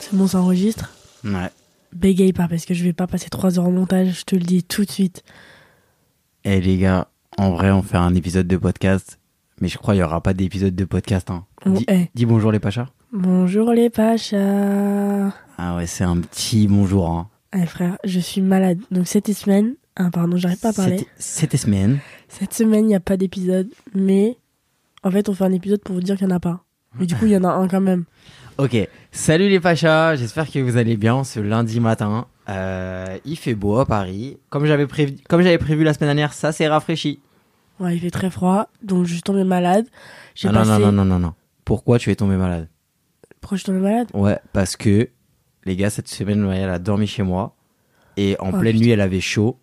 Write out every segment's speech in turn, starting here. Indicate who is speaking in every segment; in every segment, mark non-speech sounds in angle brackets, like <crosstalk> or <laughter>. Speaker 1: C'est bon, ça enregistre
Speaker 2: Ouais.
Speaker 1: Bégaye pas parce que je vais pas passer 3 heures en montage, je te le dis tout de suite.
Speaker 2: Eh les gars, en vrai, on fait un épisode de podcast, mais je crois qu'il n'y aura pas d'épisode de podcast. Hein.
Speaker 1: Bon,
Speaker 2: Dis,
Speaker 1: eh.
Speaker 2: dis bonjour les Pachas.
Speaker 1: Bonjour les Pachas
Speaker 2: Ah ouais, c'est un petit bonjour. Hein.
Speaker 1: Eh frère, je suis malade. Donc cette semaine, ah pardon, j'arrive pas à parler.
Speaker 2: C'était- C'était semaine.
Speaker 1: Cette semaine, il n'y a pas d'épisode, mais en fait, on fait un épisode pour vous dire qu'il n'y en a pas. Mais du coup, il y en a un quand même.
Speaker 2: Ok, salut les Pachas, j'espère que vous allez bien ce lundi matin. Euh, il fait beau à Paris. Comme j'avais prévu, comme j'avais prévu la semaine dernière, ça s'est rafraîchi.
Speaker 1: Ouais, il fait très froid, donc je suis tombée malade. J'ai
Speaker 2: Ah non,
Speaker 1: passé...
Speaker 2: non, non, non, non, non. Pourquoi tu es tombé malade
Speaker 1: Pourquoi je suis tombée malade
Speaker 2: Ouais, parce que les gars, cette semaine, Noël, elle a dormi chez moi. Et en
Speaker 1: Oh,
Speaker 2: pleine
Speaker 1: putain.
Speaker 2: nuit, elle avait chaud.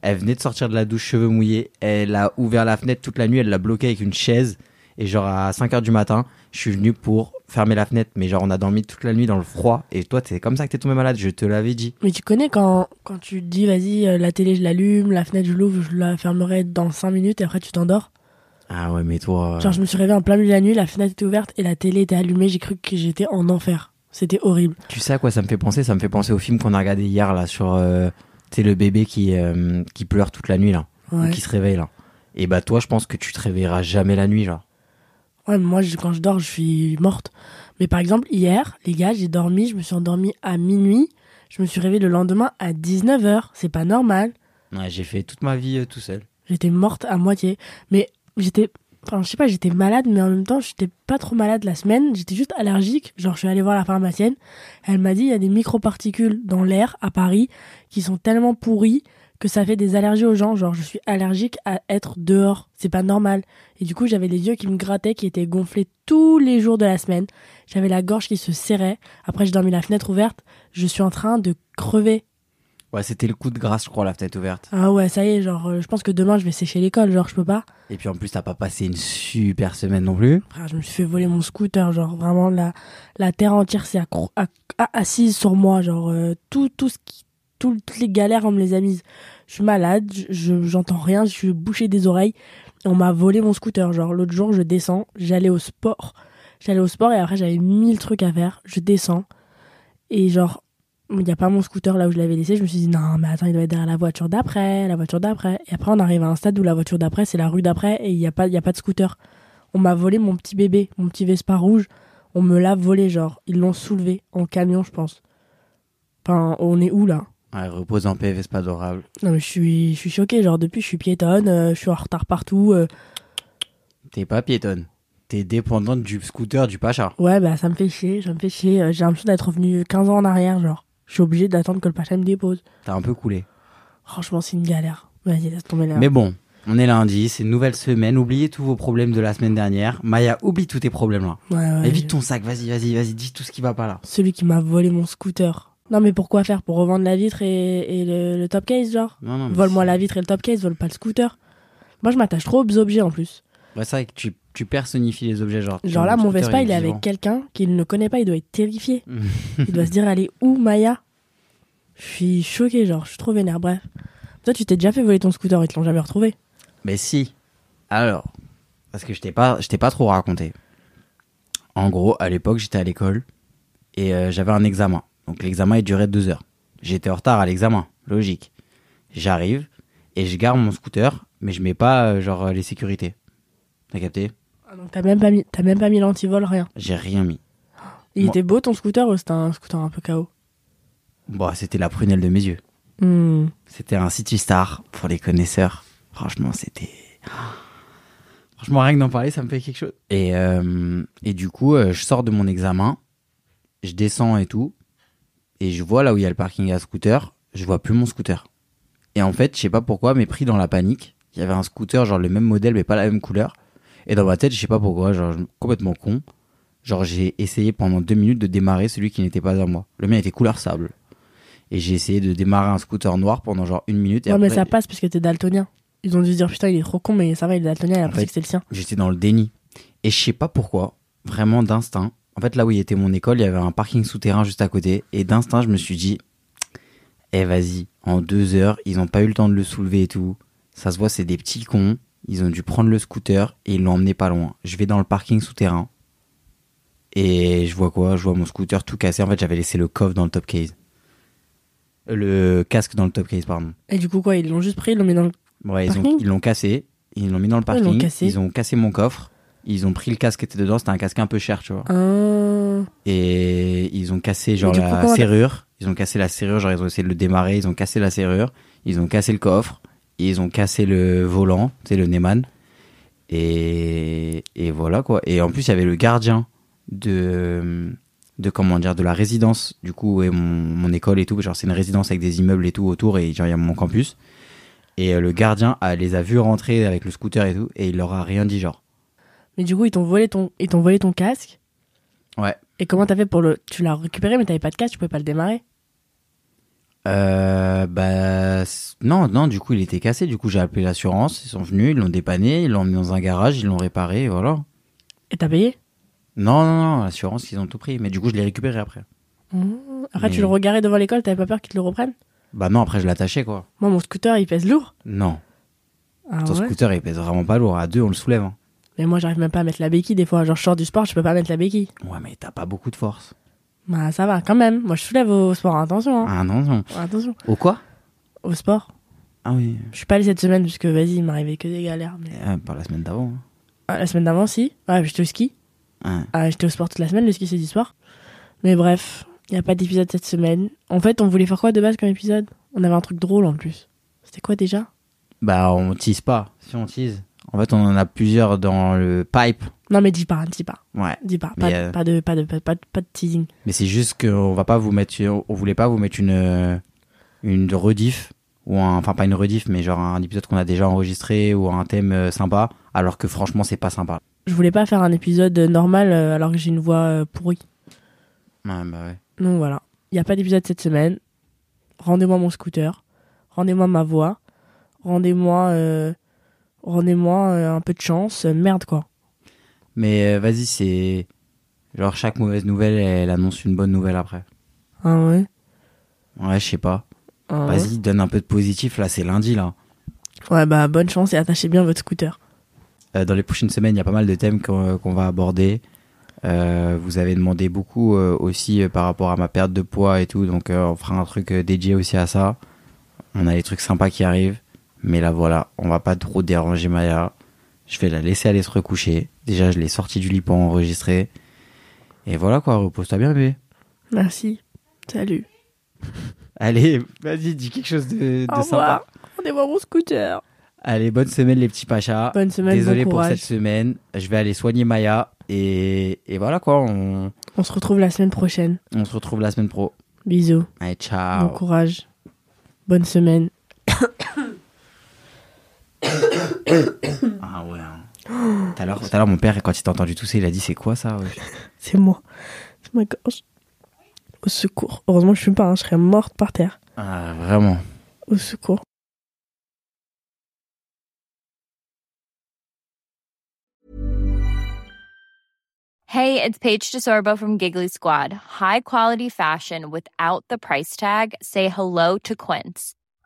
Speaker 2: Elle venait de sortir de la douche, cheveux mouillés. Elle a ouvert la fenêtre toute la nuit. Elle l'a bloquée avec une chaise. Et genre à 5h du matin, je suis venu pour fermer la fenêtre. Mais genre, on a dormi toute la nuit dans le froid. Et toi, c'est comme ça que t'es tombé malade. Je te l'avais dit.
Speaker 1: Mais tu connais quand, quand tu te dis, vas-y, euh, la télé, je l'allume, la fenêtre, je l'ouvre, je la fermerai dans 5 minutes et après, tu t'endors
Speaker 2: Ah ouais, mais toi. euh,
Speaker 1: Genre, je me suis réveillée en plein milieu de la nuit, la fenêtre était ouverte et la télé était allumée. J'ai cru que j'étais en enfer. C'était horrible.
Speaker 2: Tu sais à quoi ça me fait penser Ça me fait penser au film qu'on a regardé hier, là, sur. euh, tu sais, le bébé qui, euh, qui pleure toute la nuit, là. Ou
Speaker 1: Ouais.
Speaker 2: qui se réveille, là. Et bah, toi, je pense que tu te réveilleras jamais la nuit, genre.
Speaker 1: Ouais, mais moi, je- quand je dors, je suis morte. Mais par exemple, hier, les gars, j'ai dormi, je me suis endormie à minuit. Je me suis réveillée le lendemain à 19h. C'est pas normal.
Speaker 2: Ouais, j'ai fait toute ma vie euh, tout seul.
Speaker 1: J'étais morte à moitié. Mais j'étais. Enfin, je sais pas, j'étais malade, mais en même temps, j'étais pas trop malade la semaine. J'étais juste allergique. Genre, je suis allée voir la pharmacienne. Elle m'a dit il y a des microparticules dans l'air à Paris qui sont tellement pourries que ça fait des allergies aux gens. Genre, je suis allergique à être dehors. C'est pas normal. Et du coup, j'avais les yeux qui me grattaient, qui étaient gonflés tous les jours de la semaine. J'avais la gorge qui se serrait. Après, j'ai dormi la fenêtre ouverte. Je suis en train de crever.
Speaker 2: Ouais, c'était le coup de grâce, je crois, la fenêtre ouverte.
Speaker 1: Ah ouais, ça y est, genre, euh, je pense que demain, je vais sécher l'école. Genre, je peux pas.
Speaker 2: Et puis en plus, t'as pas passé une super semaine non plus.
Speaker 1: Frère, Ah, je me suis fait voler mon scooter, genre vraiment la, la terre entière s'est accro- a- a- assise sur moi, genre euh, tout, tout ce qui, tout- toutes les galères on me les a mises. Je suis malade, je- je j'entends rien, je suis bouché des oreilles. On m'a volé mon scooter, genre l'autre jour je descends, j'allais au sport, j'allais au sport et après j'avais mille trucs à faire, je descends et genre il n'y a pas mon scooter là où je l'avais laissé, je me suis dit non mais attends il doit être derrière la voiture d'après, la voiture d'après et après on arrive à un stade où la voiture d'après c'est la rue d'après et il n'y a pas il y a pas de scooter. On m'a volé mon petit bébé, mon petit Vespa rouge. On me l'a volé, genre. Ils l'ont soulevé en camion, je pense. Enfin, on est où là
Speaker 2: Ouais, repose en paix, Vespa adorable.
Speaker 1: Non, mais je suis, je suis choquée, genre. Depuis, je suis piétonne, euh, je suis en retard partout. euh.
Speaker 2: T'es pas piétonne. T'es dépendante du scooter du Pacha.
Speaker 1: Ouais, bah, ça me fait chier, ça me fait chier. Euh, J'ai l'impression d'être revenu 15 ans en arrière, genre. Je suis obligée d'attendre que le pacha me dépose.
Speaker 2: T'as un peu coulé.
Speaker 1: Franchement, c'est une galère. Vas-y, laisse tomber là.
Speaker 2: Mais bon, on est lundi, c'est une nouvelle semaine. Oubliez tous vos problèmes de la semaine dernière. Maya, oublie tous tes problèmes là.
Speaker 1: Ouais, ouais,
Speaker 2: Évite ton sac, vas-y, vas-y, vas-y, dis tout ce qui va pas là.
Speaker 1: Celui qui m'a volé mon scooter. Non, mais pourquoi faire Pour revendre la vitre et, et le- le top case, genre
Speaker 2: Non, non, mais
Speaker 1: Vole-moi
Speaker 2: c'est-
Speaker 1: la vitre et le top case, vole pas le scooter. Moi, je m'attache trop aux objets en plus.
Speaker 2: Ouais, c'est vrai que tu, tu personnifies les objets, genre.
Speaker 1: Genre là,
Speaker 2: ton
Speaker 1: mon
Speaker 2: scooter,
Speaker 1: Vespa, il est
Speaker 2: vivant.
Speaker 1: avec quelqu'un qu'il ne connaît pas, il doit être
Speaker 2: <laughs>
Speaker 1: terrifié. il doit se dire, allez, où Maya Je suis choquée, genre, je suis trop vénère, bref. Toi, tu t'es déjà fait voler ton scooter, ils te l'ont jamais retrouvé.
Speaker 2: Mais si. Alors, parce que je t'ai pas, je t'ai pas trop raconté. En gros, à l'époque, j'étais à l'école et euh, j'avais un examen. Donc l'examen, il durait deux heures. J'étais en retard à l'examen, logique. J'arrive et je garde mon scooter, mais je mets pas euh, genre euh, les sécurités. T'as capté
Speaker 1: Ah, Donc t'as même pas mis, t'as même pas mis l'antivol, rien.
Speaker 2: J'ai rien mis.
Speaker 1: Il
Speaker 2: Moi-
Speaker 1: était beau ton scooter ou c'était un scooter un peu KO
Speaker 2: Bon, Bah, c'était la prunelle de mes yeux.
Speaker 1: Hmm.
Speaker 2: C'était un City Star pour les connaisseurs. Franchement, c'était. Franchement, rien que d'en parler, ça me fait quelque chose. Et, euh, et du coup, euh, je sors de mon examen, je descends et tout, et je vois là où il y a le parking à scooter, je vois plus mon scooter. Et en fait, je sais pas pourquoi, mais pris dans la panique, Il y avait un scooter, genre le même modèle, mais pas la même couleur. Et dans ma tête, je sais pas pourquoi, genre je- complètement con, genre j'ai essayé pendant deux minutes de démarrer celui qui n'était pas à moi. Le mien était couleur sable. Et j'ai essayé de démarrer un scooter noir pendant genre une minute. Et
Speaker 1: Ouais, mais
Speaker 2: après,
Speaker 1: ça passe parce que t'es daltonien. Ils ont dû se dire putain, il est trop con, mais ça va, il est daltonien, il a pensé
Speaker 2: fait-
Speaker 1: que c'est le sien.
Speaker 2: J'étais dans le déni. Et je sais pas pourquoi, vraiment d'instinct. En fait, là où il était mon école, il y avait un parking souterrain juste à côté. Et d'instinct, je me suis dit, eh vas-y, en deux heures, ils ont pas eu le temps de le soulever et tout. Ça se voit, c'est des petits cons. Ils ont dû prendre le scooter et ils l'ont emmené pas loin. Je vais dans le parking souterrain. Et je vois quoi Je vois mon scooter tout cassé. En fait, j'avais laissé le coffre dans le top case. Euh, Le casque dans le top case, pardon.
Speaker 1: Et du coup, quoi, ils l'ont juste pris, ils l'ont mis dans le.
Speaker 2: Ouais, ils ont-
Speaker 1: Parking
Speaker 2: ils l'ont cassé, ils l'ont mis dans le
Speaker 1: Ah, ils
Speaker 2: parking,
Speaker 1: l'ont
Speaker 2: ils,
Speaker 1: cassé.
Speaker 2: ont cassé mon coffre, ils ont pris le casque qui était dedans, c'était un casque un peu cher, tu vois.
Speaker 1: Ah.
Speaker 2: Et ils ont cassé genre
Speaker 1: Mais du coup,
Speaker 2: la
Speaker 1: comment-
Speaker 2: serrure, ils ont cassé la serrure, genre ils ont essayé de le démarrer, ils ont cassé la serrure, ils ont cassé le coffre, ils ont cassé le volant, c'est le Neyman. Et, et voilà quoi. Et en plus, il y avait le gardien de de comment dire de la résidence du coup et mon, mon école et tout genre c'est une résidence avec des immeubles et tout autour et genre il y a mon campus et euh, le gardien a- les a vus rentrer avec le scooter et tout et il leur a rien dit genre
Speaker 1: Mais du coup, ils t'ont volé ton, ils t'ont volé ton casque.
Speaker 2: ouais
Speaker 1: Et comment t'as fait pour le. Tu l'as récupéré, mais t'avais pas de casque, tu pouvais pas le démarrer.
Speaker 2: euh, bah c- non non du coup il était cassé du coup j'ai appelé l'assurance ils sont venus ils l'ont dépanné ils l'ont emmené dans un garage ils l'ont réparé et voilà
Speaker 1: Et t'as payé
Speaker 2: non non non l'assurance ils ont tout pris mais du coup je l'ai récupéré après
Speaker 1: Après,
Speaker 2: Mais-
Speaker 1: tu le regardais devant l'école, t'avais pas peur qu'ils te le reprennent
Speaker 2: bah non après je l'attachais quoi
Speaker 1: Moi, mon scooter, il pèse lourd.
Speaker 2: non
Speaker 1: Ah
Speaker 2: ton
Speaker 1: ouais
Speaker 2: scooter il pèse vraiment pas lourd à deux on le soulève hein.
Speaker 1: Mais moi, j'arrive même pas à mettre la béquille des fois. Genre, je sors du sport, je peux pas mettre la béquille.
Speaker 2: ouais mais t'as pas beaucoup de force
Speaker 1: Bah, ça va quand même. Moi, je soulève au sport, attention. hein.
Speaker 2: ah non non
Speaker 1: Attention.
Speaker 2: au quoi
Speaker 1: Au sport.
Speaker 2: ah oui
Speaker 1: Je suis pas allée cette semaine, parce que vas-y, il m'arrivait que des galères. mais-
Speaker 2: Euh, pas la semaine d'avant. hein.
Speaker 1: Ah, la semaine d'avant, si. Ouais, j'étais au ski.
Speaker 2: Ouais.
Speaker 1: Ah, j'étais au sport toute la semaine, le ski c'est du soir. Mais bref, il n'y a pas d'épisode cette semaine. En fait, on voulait faire quoi de base comme épisode On avait un truc drôle en plus. C'était quoi déjà
Speaker 2: Bah, on tease pas. Si on tease. En fait, on en a plusieurs dans le pipe.
Speaker 1: Non mais dis pas, dis pas,
Speaker 2: Ouais.
Speaker 1: dis pas.
Speaker 2: Mais,
Speaker 1: Pas, de-
Speaker 2: euh,
Speaker 1: pas de, pas, de, pas, de- pas de, pas de teasing.
Speaker 2: Mais c'est juste qu'on va pas vous mettre. On voulait pas vous mettre une. euh, Une rediff. Ou un, enfin, pas une rediff, mais genre un épisode qu'on a déjà enregistré ou un thème euh, sympa. Alors que franchement, c'est pas sympa.
Speaker 1: Je voulais pas faire un épisode euh, normal euh, alors que j'ai une voix euh, pourrie.
Speaker 2: Ouais, bah ouais.
Speaker 1: Donc voilà, il n'y a pas d'épisode cette semaine. Rendez-moi mon scooter, rendez-moi ma voix, rendez-moi euh, rendez-moi euh, un peu de chance. Euh, Merde quoi.
Speaker 2: Mais euh, vas-y, c'est. Genre, chaque mauvaise nouvelle, elle annonce une bonne nouvelle après.
Speaker 1: Ah ouais.
Speaker 2: Ouais, je sais pas.
Speaker 1: Ah ouais.
Speaker 2: Vas-y, donne un peu de positif. Là, c'est lundi, là.
Speaker 1: Ouais bah bonne chance et attachez bien votre scooter.
Speaker 2: Euh, dans les prochaines semaines, il y a pas mal de thèmes qu'on qu'on va aborder. Euh, vous avez demandé beaucoup euh, aussi euh, par rapport à ma perte de poids et tout, donc euh, on fera un truc euh, dédié aussi à ça. On a des trucs sympas qui arrivent, mais là voilà, on va pas trop déranger Maya. Je vais la laisser aller se recoucher. Déjà, je l'ai sortie du lit pour enregistrer. Et voilà quoi, repose-toi bien bébé.
Speaker 1: Merci. Salut.
Speaker 2: Allez, vas-y, dis quelque chose de, de
Speaker 1: Au
Speaker 2: sympa.
Speaker 1: revoir. Rendez-moi mon scooter.
Speaker 2: Allez, bonne semaine les petits pachas.
Speaker 1: Bonne semaine,
Speaker 2: Désolé
Speaker 1: bon
Speaker 2: pour
Speaker 1: courage.
Speaker 2: cette semaine. Je vais aller soigner Maya et, et voilà quoi. On,
Speaker 1: On se retrouve la semaine prochaine.
Speaker 2: on se retrouve la semaine pro.
Speaker 1: Bisous.
Speaker 2: Allez,
Speaker 1: Bon
Speaker 2: ciao.
Speaker 1: courage. Bonne semaine.
Speaker 2: Ah ouais. hein. <gasps> Tout à l'heure, tout à l'heure, mon père, quand il t'a entendu tousser, il a dit c'est quoi ça wesh
Speaker 1: C'est moi. C'est ma gorge. Au secours. Heureusement, je fume pas. hein, Je serais morte par terre.
Speaker 2: Ah, vraiment.
Speaker 1: Au secours.
Speaker 3: Hey, it's Paige DeSorbo from Giggly Squad. High quality fashion without the price tag. Say hello to Quince.